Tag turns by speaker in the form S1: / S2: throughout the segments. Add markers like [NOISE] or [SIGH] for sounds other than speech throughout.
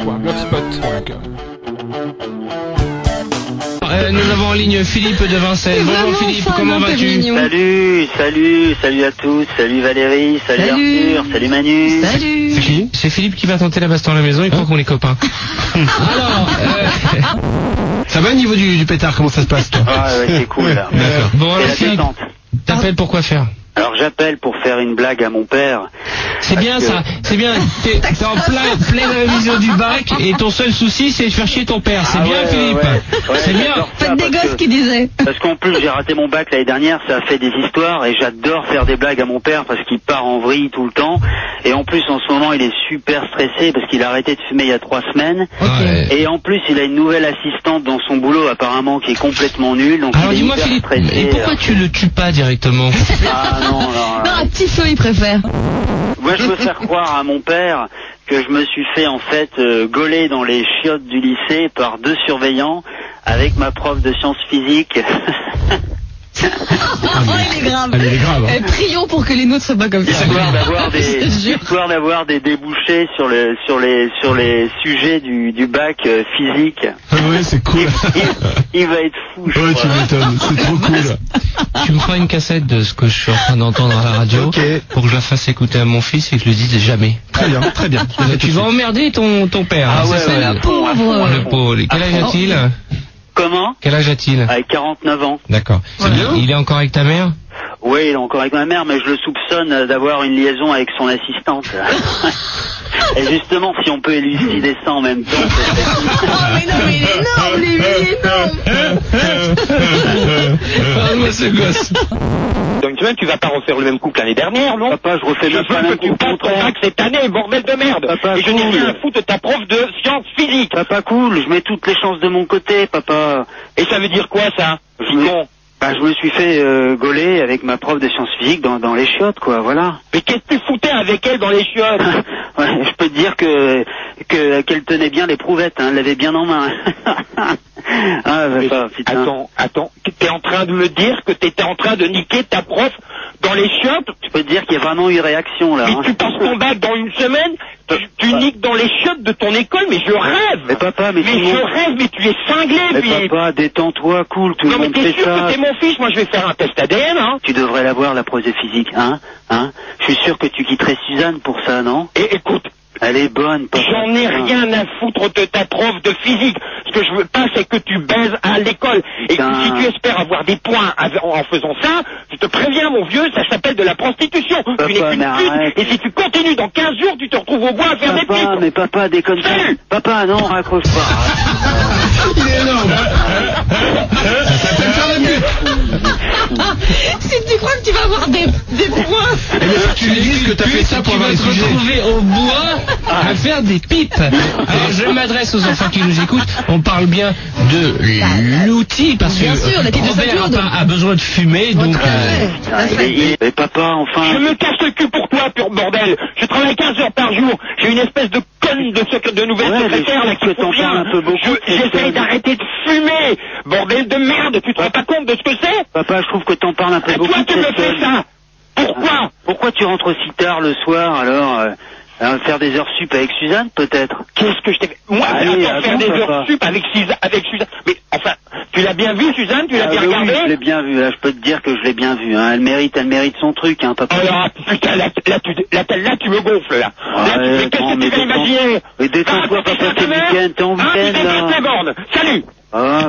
S1: Oncast.blogspot.com
S2: Euh, nous avons en ligne Philippe de Vincennes. Bonjour Philippe, comment vas-tu
S3: Salut, salut, salut à tous, salut Valérie, salut,
S4: Salut.
S3: Arthur, salut Manu.
S4: Salut
S2: C'est Philippe C'est Philippe qui Hein va tenter la baston à la maison, il croit qu'on est [LAUGHS] copains. Alors, euh, ça va au niveau du, du pétard, comment ça se passe toi
S3: Ah ouais, c'est cool là.
S2: Euh, Bon,
S3: C'est
S2: alors
S3: la
S2: Philippe,
S3: détente.
S2: t'appelles pour quoi faire
S3: Alors j'appelle pour faire une blague à mon père.
S2: C'est bien
S3: que-
S2: ça, c'est bien, t'es t'es en plein, pleine révision du bac et ton seul souci c'est de faire chier ton père, c'est
S3: Ah
S2: bien
S3: ouais,
S2: Philippe,
S3: ouais, ouais,
S2: c'est bien.
S3: j'adore ça
S4: Faites des
S3: parce
S4: gosses
S3: que-
S4: qui disaient.
S3: Parce qu'en plus j'ai raté mon bac l'année dernière, ça a fait des histoires et j'adore faire des blagues à mon père parce qu'il part en vrille tout le temps. Et en plus en ce moment il est super stressé parce qu'il a arrêté de fumer il y a trois semaines.
S2: Ah Ouais.
S3: Et en plus il a une nouvelle assistante dans son boulot apparemment qui est complètement nulle. Donc
S2: Alors
S3: il est
S2: dis-moi
S3: hyper
S2: Philippe,
S3: stressé.
S2: et pourquoi tu le tues pas directement
S3: Ah non, non,
S4: Non, un petit feu, ils préfèrent.
S3: Moi, je veux faire croire à mon père que je me suis fait en fait euh, gauler dans les chiottes du lycée par deux surveillants avec ma prof de sciences physiques.
S4: Oh, il est grave.
S2: Ah, mais il est grave, hein.
S4: [LAUGHS] Eh, prions pour que les nôtres soient pas comme ça.
S3: histoire d'avoir des,
S4: Je te jure.
S3: histoire d'avoir des débouchés sur le, sur les, sur les sujets du, du bac euh, physique.
S2: Ah
S5: Ouais, c'est cool.
S3: Il, il- il va être fou, je
S5: Ouais, tu
S3: crois.
S5: m'étonnes, c'est
S4: [LAUGHS]
S5: trop cool.
S2: Tu me feras une cassette de ce que je suis en train d'entendre à la radio
S5: Ok.
S2: pour que je la fasse écouter à mon fils et que je le dise jamais.
S5: Très bien, très bien.
S2: [LAUGHS] tu vas emmerder ton, ton père. hein,
S3: Ah ouais,
S2: c'est ça,
S3: ouais,
S4: le
S3: à fond, à fond,
S4: pauvre. Ah.
S3: à
S2: Le
S3: fond.
S2: pauvre. Quel âge a-t-il
S3: Comment
S2: Quel âge a-t-il
S3: Avec 49 ans.
S2: D'accord. Il est encore avec ta mère
S3: Oui, il est encore avec ma mère, mais je le soupçonne euh, d'avoir une liaison avec son assistante. Et justement, si on peut élucider ça en même temps, c'est-
S4: Oh, mais non, mais il est énorme, lui, mais il est énorme.
S5: Ah,
S2: moi ce gosse.
S6: Donc tu vois, tu vas pas refaire le même couple l'année dernière, non
S3: Papa, je refais
S6: Je
S3: même pas
S6: veux
S3: le
S6: que tu
S3: coup
S6: passes ton bac cette année, bordel de merde
S3: Papa,
S6: Et je n'ai
S3: cool.
S6: rien à foutre de ta prof de sciences physiques
S3: Papa, cool, je mets toutes les chances de mon côté, papa.
S6: Et ça veut dire quoi, ça
S3: Je me,
S6: Con.
S3: bah, je me suis fait euh, gauler avec ma prof de sciences physiques dans, dans les chiottes, quoi, voilà.
S6: Mais qu'est-ce que tu foutais avec elle dans les chiottes
S3: [LAUGHS] Ouais, je peux te dire que que- qu'elle tenait bien les prouvettes, hein, elle l'avait bien en main. [LAUGHS] ah,
S6: Mais
S3: papa, putain.
S6: Attends, attends, t'es en train de me dire que t'étais en train de niquer ta prof dans les chiottes
S3: Je peux te dire qu'il y a vraiment eu réaction, là.
S6: Mais
S3: hein.
S6: tu passes ton bac dans une semaine Tu, tu niques dans les chiottes de ton école, mais je rêve
S3: Mais papa, mais, tout le
S6: je
S3: monde-
S6: rêve, mais tu es cinglé,
S3: Mais
S6: Philippe
S3: papa, détends-toi, cool, tout
S6: Non,
S3: le
S6: mais
S3: monde
S6: t'es
S3: fait
S6: sûr
S3: ça.
S6: que t'es mon fils Moi, je vais faire un test ADN, hein
S3: Tu devrais l'avoir, la prose de physique, hein Hein Je suis sûr que tu quitterais Suzanne pour ça, non
S6: Et écoute,
S3: Elle est bonne, papa.
S6: J'en ai
S3: putain.
S6: rien à foutre de ta prof de physique. Ce que je veux pas, c'est que tu baises à l'école. Et
S3: Putain.
S6: si tu espères avoir des points av- en en faisant ça, je te préviens, mon vieux, ça s'appelle de la prostitution.
S3: Papa,
S6: tu n'es qu'une
S3: mais arrête.
S6: pute. Et si tu continues, dans 15 jours, tu te retrouves au bois à faire des
S3: Papa,
S6: putes.
S3: mais papa, déconne pas.
S6: Salut
S3: Papa, non, raccroche
S6: [LAUGHS]
S3: pas.
S5: Il est énorme. Ça s'appelle faire la pute.
S4: Ah, Si tu crois que tu vas avoir des, des points,
S5: Eh bien, faut que tu lui dises que t'as fait ça pour
S2: tu
S5: avoir
S2: vas
S5: les
S2: te
S5: sujets. Ah.
S2: retrouver au bois à faire des pipes. Alors je m'adresse aux enfants qui nous écoutent. On parle bien de l'outil parce
S4: Bien
S2: que
S4: sûr, la pipe de
S2: Robert a,
S4: Saint-Claude.
S2: pas- a besoin de fumer. Donc, euh,
S4: ouais, ça
S3: Putain,
S4: serait-
S3: Ah, il est- il- Mais papa, enfin.
S6: Je me casse le cul pour toi, pur bordel. Je travaille 15 heures par jour. J'ai une espèce de conne de, secré- de nouvelle
S3: Ouais, mais
S6: secrétaire
S3: je
S6: là,
S3: trouve que
S6: qui
S3: t'en
S6: fout rien.
S3: parles un peu beaucoup,
S6: Je-
S3: cette
S6: J'essaye
S3: conne.
S6: d'arrêter de fumer. Bordel de merde, tu te rends pas compte de ce que c'est
S3: Papa, je trouve que t'en parles un peu
S6: Et
S3: beaucoup.
S6: toi, tu me
S3: cette
S6: fais
S3: conne.
S6: ça Pourquoi
S3: Pourquoi tu rentres aussi tard le soir alors euh, euh, Faire des heures sup avec Suzanne, peut-être Ah,
S6: Qu'est-ce que je t'ai fait Moi,
S3: Allez,
S6: attends, faire
S3: attends,
S6: des
S3: papa.
S6: heures sup avec, Suza- avec Suzanne. Mais enfin, tu l'as bien vu, Suzanne Tu l'as
S3: Ah,
S6: bien
S3: mais oui,
S6: regardé
S3: je l'ai bien vu. Là, je peux te dire que je l'ai bien vu. hein. Elle mérite, elle mérite son truc, hein, papa.
S6: Alors, Ah, putain, là, là, tu, là, là, là, tu me gonfles, là. là, tu,
S3: Ouais,
S6: mais qu'est-ce
S3: attends,
S6: que
S3: Ah, euh, mais
S6: tu vas
S3: détends-
S6: imaginer
S3: mais détends-toi,
S6: Ah, putain,
S3: papa,
S6: ta
S3: c'est
S6: mère.
S3: week-end, t'es en
S6: Ah,
S3: week-end,
S6: tu dépasses
S3: là.
S6: les bornes. Salut
S3: Ah,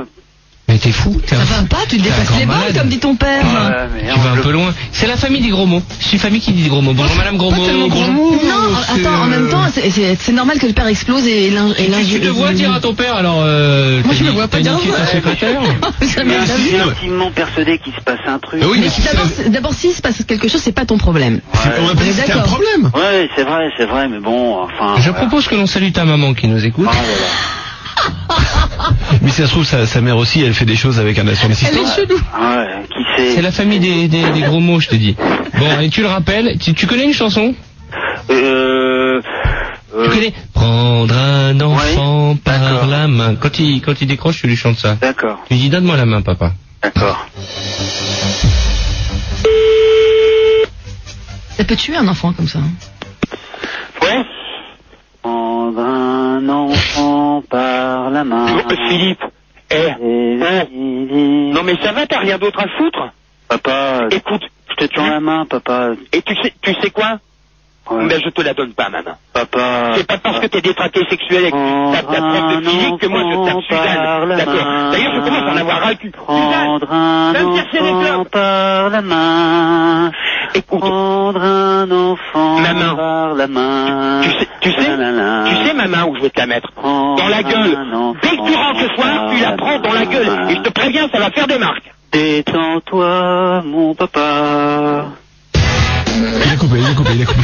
S2: mais t'es fou. t'es
S4: ça
S2: un-
S4: va pas, tu te dépasses
S2: T'es
S4: les
S2: encore
S4: balles,
S2: malade.
S4: comme dit ton père.
S3: ouais, Ah, mais
S2: Tu vas un peu loin. C'est la famille des gros mots. C'est une famille qui dit des gros mots. Bonjour Madame Gros mots. Bonjour. euh,
S4: Non,
S5: c'est,
S4: attends, en même temps, c'est- c'est c'est normal que le père explose et l'in- et
S2: Tu-
S4: l'injure.
S2: Tu te vois dire à ton père alors euh,
S4: Moi,
S2: t'as
S4: je me
S2: dit-
S4: vois pas
S2: t'as
S4: dire
S2: niqué ta
S4: ça.
S2: secrétaire
S4: [LAUGHS] Jamais
S3: mais
S4: de la
S3: je
S4: vie.
S3: suis
S5: non, mais-
S3: intimement persuadé qu'il se passe un truc.
S6: Ah
S5: Bah oui, mais si ça-
S4: D'abord, c'est- D'abord, s'il se passe quelque chose, c'est pas ton problème.
S5: c'est- on va pas dire que c'était un
S4: D'accord.
S5: problème.
S3: Ouais, c'est vrai, c'est vrai, mais bon, enfin.
S2: Je
S3: voilà.
S2: propose que l'on salue ta maman qui nous écoute.
S3: Ah, voilà.
S5: Mais si ça se trouve, sa, sa mère aussi, elle fait des choses avec un son assistant.
S4: Elle est chelou.
S3: Ah ouais, qui sait
S2: C'est la famille des, des, des gros mots, je te dis. Bon, et tu le rappelles, tu, tu connais une chanson
S3: Euh. euh,
S2: Tu connais Prendre un enfant par
S3: D'accord.
S2: la main. Quand il, quand il décroche, tu lui chantes ça.
S3: D'accord,
S2: Tu lui dis donne-moi la main, papa.
S3: d'accord.
S4: Ça peut tuer un enfant comme ça. hein.
S6: Ouais
S3: Ah, Bon, même. hein.
S6: Oh, Philippe, eh,
S3: Et-
S6: hein.
S3: il-
S6: non mais ça va, t'as rien d'autre à foutre
S3: Papa,
S6: Écoute,
S3: je te tends la main, papa.
S6: et tu sais, tu sais quoi
S3: Ouais.
S6: Ben, je te la donne pas, ma main.
S3: Papa.
S6: C'est pas parce que t'es détraqué sexuel avec
S3: Prendre
S6: ta, ta prof de physique que moi je
S3: un
S6: tape
S3: enfant par
S6: Suzanne.
S3: la
S6: D'accord.
S3: main.
S6: D'ailleurs, je commence à en avoir ras le cul. Suzanne,
S3: Prendre un
S6: va me chercher des
S3: enfant
S6: clopes.
S3: par la main.
S6: Écoute.
S3: Prendre un enfant
S6: La main.
S3: par la main.
S6: tu sais, tu sais,
S3: La la la.
S6: tu sais ma main où je vais te la mettre Dans la gueule. Dès que tu rentres ce soir, tu la prends dans la gueule. Et je te préviens, ça va faire des marques.
S3: Détends-toi, mon papa.
S5: Il a coupé, il a coupé, il a coupé.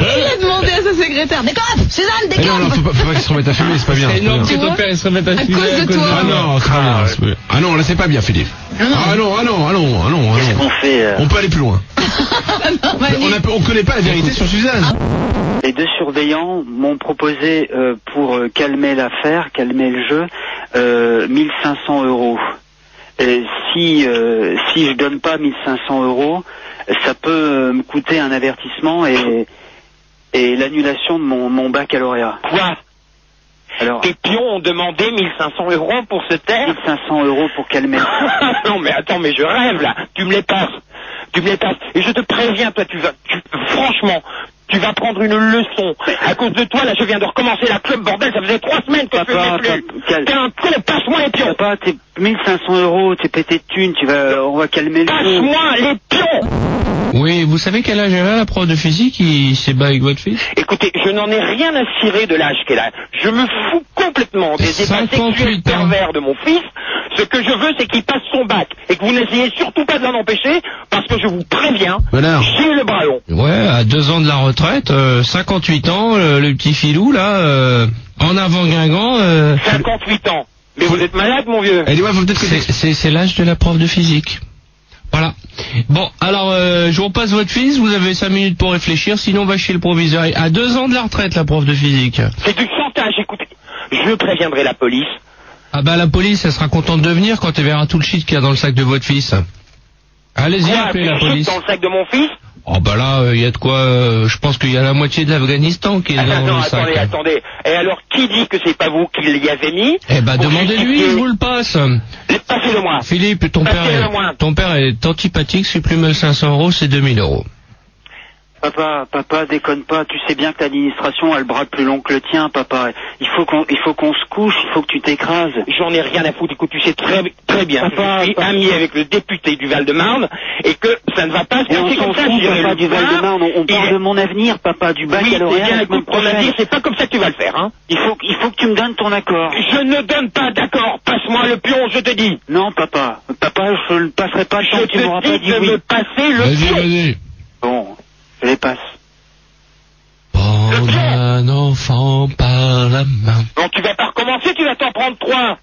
S4: Il a demandé à sa secrétaire Décope Suzanne,
S5: Eh non, non, faut
S4: décope
S5: pas, faut pas qu'il se remette à fumer, c'est pas bien.
S2: Et
S5: c'est pas
S2: non,
S5: bien.
S2: que ton
S4: vois
S2: père il se remet à
S4: À
S2: fumer
S4: cause de toi.
S5: Ah non, très bien. c'est pas bien. Ah non, là c'est pas bien, Philippe. Ah non, ah non, ah non, ah non, ah
S3: Qu'est-ce
S5: non.
S3: qu'on fait euh,
S5: On peut aller plus loin.
S4: Non,
S5: On
S4: Manu.
S5: a- on connaît pas la vérité sur Suzanne.
S3: Les deux surveillants m'ont proposé euh, pour euh, calmer l'affaire, calmer le jeu, euh, 1500 euros. Et si euh, si je donne pas 1500 euros, ça peut euh, me coûter un avertissement et et l'annulation de mon, mon baccalauréat.
S6: Quoi
S3: Alors
S6: Tes pions ont demandé 1500 euros pour se taire [LAUGHS]
S3: 1500 euros pour calmer.
S6: Non mais attends, mais je rêve là. Tu me les passes. Tu me les passes. Et je te préviens, toi, tu vas... tu- franchement, tu vas prendre une leçon. À cause de toi, là, je viens de recommencer la club, bordel. Ça faisait trois semaines que je
S3: Papa,
S6: faisais
S3: papa,
S6: plus.
S3: calme.
S6: T'es un con, passe-moi les pions.
S3: Papa, t'es 1500 euros, t'es pété de thunes, tu vas on va calmer
S6: Ah,
S3: le jeu.
S6: Passe-moi les pions.
S2: Oui, vous savez quel âge elle a, la prof de physique qui s'est bat avec votre fils
S6: Écoutez, je n'en ai rien à cirer de l'âge qu'elle a. Je me fous complètement des débats
S2: 58
S6: sexuels
S2: ans.
S6: pervers de mon fils. Ce que je veux, c'est qu'il passe son bac. Et que vous n'essayez surtout pas de l'en empêcher, parce que je vous préviens,
S5: Voilà.
S6: j'ai le bras long.
S2: Ouais, à deux ans de la retraite, euh, 58 ans, euh, le petit filou là, euh, en avant guingant. euh,
S6: 58 ans. Mais vous êtes malade, mon vieux
S5: Elle dit ouais, faut peut-être que
S2: c'est- c'est c'est l'âge de la prof de physique. Voilà. Bon, alors euh, je vous passe votre fils, vous avez cinq minutes pour réfléchir, sinon on va chez le proviseur. À deux ans de la retraite, la prof de physique.
S6: C'est du chantage, écoutez. Je préviendrai la police.
S2: Ah bah la police, elle sera contente de venir quand elle verra tout le shit qu'il y a dans le sac de votre fils. Allez-y,
S6: Quoi,
S2: appelez la
S6: tout le shit
S2: police.
S6: dans le sac de mon fils
S2: Oh bah là, il y a de quoi. euh, je pense qu'il y a la moitié de l'Afghanistan qui est
S6: [LAUGHS]
S2: dans
S6: Attends,
S2: le sac.
S6: attendez, attendez. Et alors, qui dit que c'est pas vous qui l'y avez mis
S2: Eh bah
S6: Pour
S2: demandez-lui,
S6: justifier-
S2: je vous le passe.
S6: Passez-le moi.
S2: Philippe, ton père,
S6: Passez-le moi.
S2: est, ton père est antipathique, supprime 500 euros, c'est 2000 euros.
S3: Papa, papa, déconne pas. Tu sais bien que l'administration a le bras plus long que le tien, papa. Il faut qu'on, il faut qu'on se couche. Il faut que tu t'écrases.
S6: J'en ai rien à foutre. Écoute, tu sais très, très bien que
S3: Papa,
S6: je suis
S3: papa.
S6: ami avec le député du Val-de-Marne et que ça ne va pas se
S3: Et on
S6: passer
S3: s'en
S6: comme ça.
S3: fout,
S6: j'irai
S3: papa,
S6: le
S3: du
S6: voir.
S3: Val-de-Marne. On, on
S6: Il est-
S3: parle de mon avenir, papa, du
S6: Oui, c'est
S3: baccalauréat.
S6: bien,
S3: la semaine
S6: écoute, on a
S3: prochaine.
S6: dit, c'est pas comme ça que tu vas le faire. Hein.
S3: Il faut, il faut que tu me donnes ton accord.
S6: Je ne donne pas d'accord. Passe-moi le pion, je te dis.
S3: Non, papa. Papa, je ne passerai pas
S6: Je
S3: tant que tu m'auras
S6: te
S3: pas
S6: dis
S3: dit
S6: de me
S3: oui.
S6: passer le
S2: Vas-y,
S6: pion.
S2: vas-y.
S3: Bon, je les passe.
S2: Prendre un enfant par la main
S6: Non, tu vas pas recommencer, tu vas t'en prendre trois.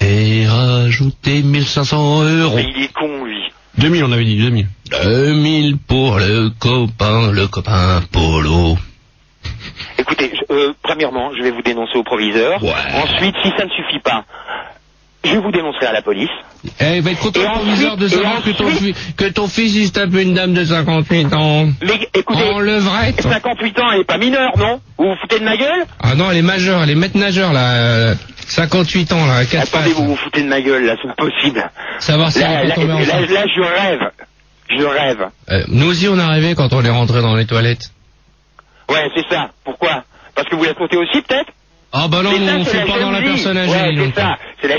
S2: et rajouter 1500 euros.
S6: Mais il est con, lui.
S5: 2000, on avait dit 2000.
S2: 2000 pour le copain, le copain Polo.
S6: Écoutez, je- euh, premièrement, je vais vous dénoncer au proviseur.
S2: Ouais.
S6: Ensuite, si ça ne suffit pas, je vous dénoncerai à la police.
S2: Eh, il va être content
S6: Et
S2: le
S6: ensuite-
S2: proviseur de
S6: et
S2: savoir que ton,
S6: ensuite-
S2: fi- que ton fils il se tape une dame de 58 ans.
S6: Mais écoutez,
S2: En levrette.
S6: 58 ans, elle est pas mineure, non Vous vous foutez de ma gueule
S2: Ah non, elle est majeure, elle est maître nageur là. euh, 58 ans là, à quatre
S6: Attendez,
S2: pattes.
S6: vous vous foutez de ma gueule, là, c'est possible.
S2: Savoir si
S6: Là,
S2: elle va
S6: là,
S2: tomber
S6: là,
S2: enceinte.
S6: là, je rêve. Je rêve.
S2: Euh, nous aussi, on arrivait quand on est rentré dans les toilettes.
S6: Ouais, c'est ça. Pourquoi Parce que vous la comptez aussi, peut-être
S2: Ah bah non,
S6: C'est ça,
S2: on
S6: c'est
S2: fait pas dans la
S6: jalousie.
S2: personne âgée. dis
S6: Ouais,
S2: donc.
S6: c'est ça. C'est la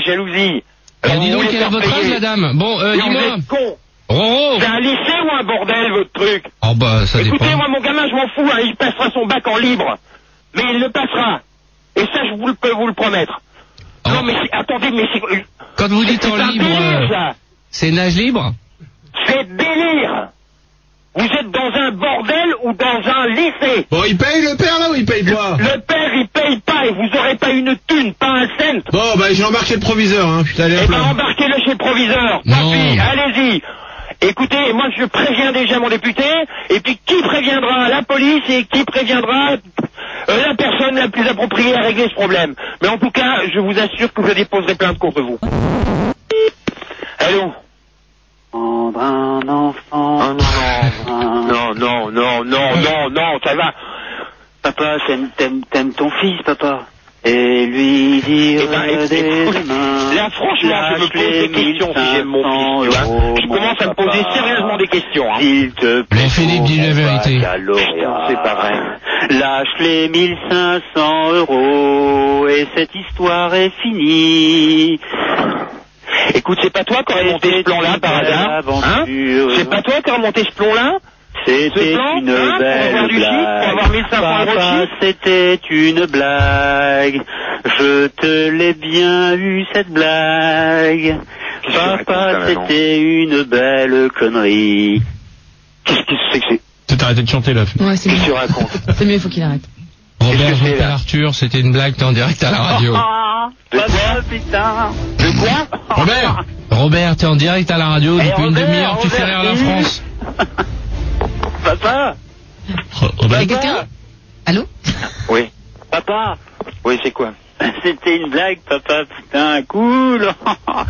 S2: Eh,
S6: jalousie. Alors,
S2: dis
S6: vous
S2: donc,
S6: voulez
S2: quelle est
S6: faire
S2: votre âge,
S6: payer.
S2: la dame Bon, euh,
S6: Mais vous
S2: dis-moi.
S6: êtes con.
S2: Roro
S6: C'est un lycée ou un bordel, votre truc
S2: Ah bah, ça
S6: Écoutez,
S2: dépend.
S6: moi, mon gamin, je m'en fous, hein, il passera son bac en libre. Mais il le passera. Et ça, je vous le, peux vous le promettre.
S2: Ah.
S6: Non, mais c'est- attendez, mais c'est.
S2: Quand vous dites
S6: c'est
S2: en
S6: un
S2: libre,
S6: délire,
S2: euh,
S6: ça.
S2: c'est nage libre
S6: C'est délire. Vous êtes dans un bordel ou dans un lycée.
S5: Bon, il paye le père là ou il paye pas
S6: Le père, il paye pas et vous aurez pas une thune, pas un cent.
S5: Bon, bah j'ai embarqué le proviseur, hein. Putain, allez
S6: Eh
S5: hop
S6: ben,
S5: là.
S6: embarquez-le chez le proviseur.
S2: Non.
S6: Papy, allez-y. Écoutez, moi, je préviens déjà mon député, et puis qui préviendra La police et qui préviendra euh, la personne la plus appropriée à régler ce problème. Mais en tout cas, je vous assure que je déposerai plainte contre vous. Allô
S3: Prendre un enfant.
S6: Ah, non,
S3: par la main.
S6: non, non, non, non, non, non, ça va.
S3: Papa, t'aimes, t'aimes, t'aimes ton fils, papa. et lui dire euh,
S6: Eh ben, écoute,
S3: dès
S6: écoute,
S3: demain,
S6: Là, franchement, je me
S3: lâche
S6: pose des
S3: les
S6: questions si j'aime mon
S3: 1500
S6: fils, tu vois.
S3: euros,
S6: Je
S3: mon
S6: commence à me
S3: papa.
S6: poser sérieusement des questions, hein.
S3: S'il te plaît.
S2: Mais Philippe,
S3: pour
S2: dis la
S3: mon
S2: vérité.
S3: baccalauréat,
S6: Putain, c'est pas vrai.
S3: Lâche les 1500 euros et cette histoire est finie.
S6: Écoute, c'est pas toi qui aurais monté ce plan-là par hasard hein C'est pas toi qui aurais monté ce plan-là
S3: C'était
S6: Ce plan,
S3: une
S6: hein, pour avoir
S3: belle
S6: du chiffre, pour
S3: blague.
S6: avoir 1500 euros de
S3: Papa,
S6: chiffre.
S3: c'était une blague. Je te l'ai bien eu cette blague.
S6: Qu'est-ce que tu racontes,
S3: Papa,
S6: là, maintenant
S3: c'était une belle connerie.
S6: Qu'est-ce que c'est que c'est
S2: T'as arrêté de chanter là.
S4: Ouais, c'est
S6: Qu'est-ce que tu
S4: mieux.
S6: racontes
S4: C'est mieux, faut qu'il arrête.
S2: Robert,
S6: Qu'est-ce
S2: je
S6: que c'est,
S2: m'appelle
S6: là
S2: Arthur, c'était une blague, t'es en direct à la
S3: [LAUGHS]
S2: radio.
S6: De quoi
S3: putain.
S6: De quoi
S2: Robert Robert, t'es en direct à la radio,
S3: Eh,
S2: depuis une
S3: Robert,
S2: demi-heure, tu fais
S3: Robert,
S2: rire la
S3: oui.
S2: France.
S3: Papa,
S4: Il y a
S6: eh,
S2: Robert
S4: quelqu'un Allô
S6: Oui.
S3: papa.
S6: Oui, c'est quoi
S3: C'était une blague, papa, putain, cool. ah,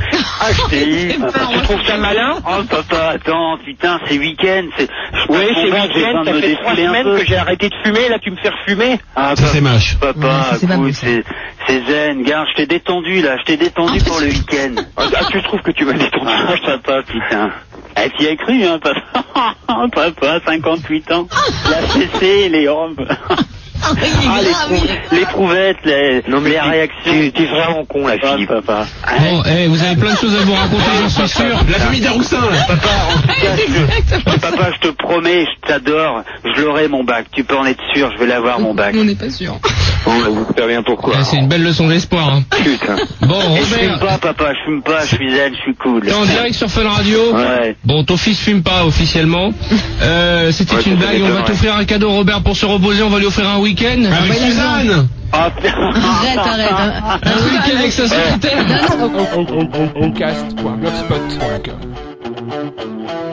S3: je t'ai eu.
S4: C'est pas
S6: Ah, Tu trouves ça malin
S3: Oh papa, attends, putain, c'est week-end, c'est. je
S6: Oui,
S3: passe
S6: c'est
S3: mon bac, Bah, j'ai besoin
S6: week-end,
S3: de
S6: ça
S3: me
S6: fait
S3: défouler
S6: trois
S3: un peu.
S6: semaines que j'ai arrêté de fumer, là tu me fais refumer
S3: Ah,
S5: Ça, c'est moche.
S4: Ouais,
S3: Papa,
S4: ça, c'est pas bon,
S3: écoute,
S4: ça.
S3: c'est c'est zen, gars, je t'ai détendu là, je t'ai détendu
S4: Ah,
S3: pour le week-end. [LAUGHS]
S6: Ah, tu trouves que tu m'as détendu
S3: Ah, papa, putain. Elle t'y a cru, hein, papa. [LAUGHS] papa, 58 ans. La CC, les hommes.
S4: Ah, il est
S3: Ah, les,
S4: grave,
S3: prou-
S4: il est-
S3: [LAUGHS] les prouvettes, les, les
S6: tu-
S3: réactions.
S6: tu- T'es vraiment con, la
S3: Ah,
S6: fille.
S3: papa.
S2: Bon, eh, vous avez plein de choses à vous raconter, j'en suis sûr.
S5: La famille d'Aroussin, là.
S4: Ah, c'est exactement ça.
S3: Papa, je te promets, je t'adore, je l'aurai mon bac. Tu peux en être sûr, je vais l'avoir mon bac.
S4: Nous, On n'est pas sûr.
S6: bah, Vous savez bien pourquoi.
S2: Eh, C'est une belle leçon d'espoir. hein.
S6: Putain.
S2: Bon,
S3: Et Eh, je fume
S2: Robert,
S3: pas, papa, je fume pas, je suis zen, je suis cool.
S2: t'es en direct sur Fun Radio.
S3: Ouais.
S2: Bon, ton fils fume pas officiellement. Euh, C'était
S6: Ouais,
S2: une
S6: ça
S2: blague. On va
S6: m'étonnerait.
S2: t'offrir un cadeau, Robert, pour se reposer. On va lui offrir un week-end.
S5: Avec Suzanne
S3: Ah, putain.
S4: Arrête, arrête. hein.
S2: Un week-end avec sa secrétaire.
S1: Oncast.blogspot.com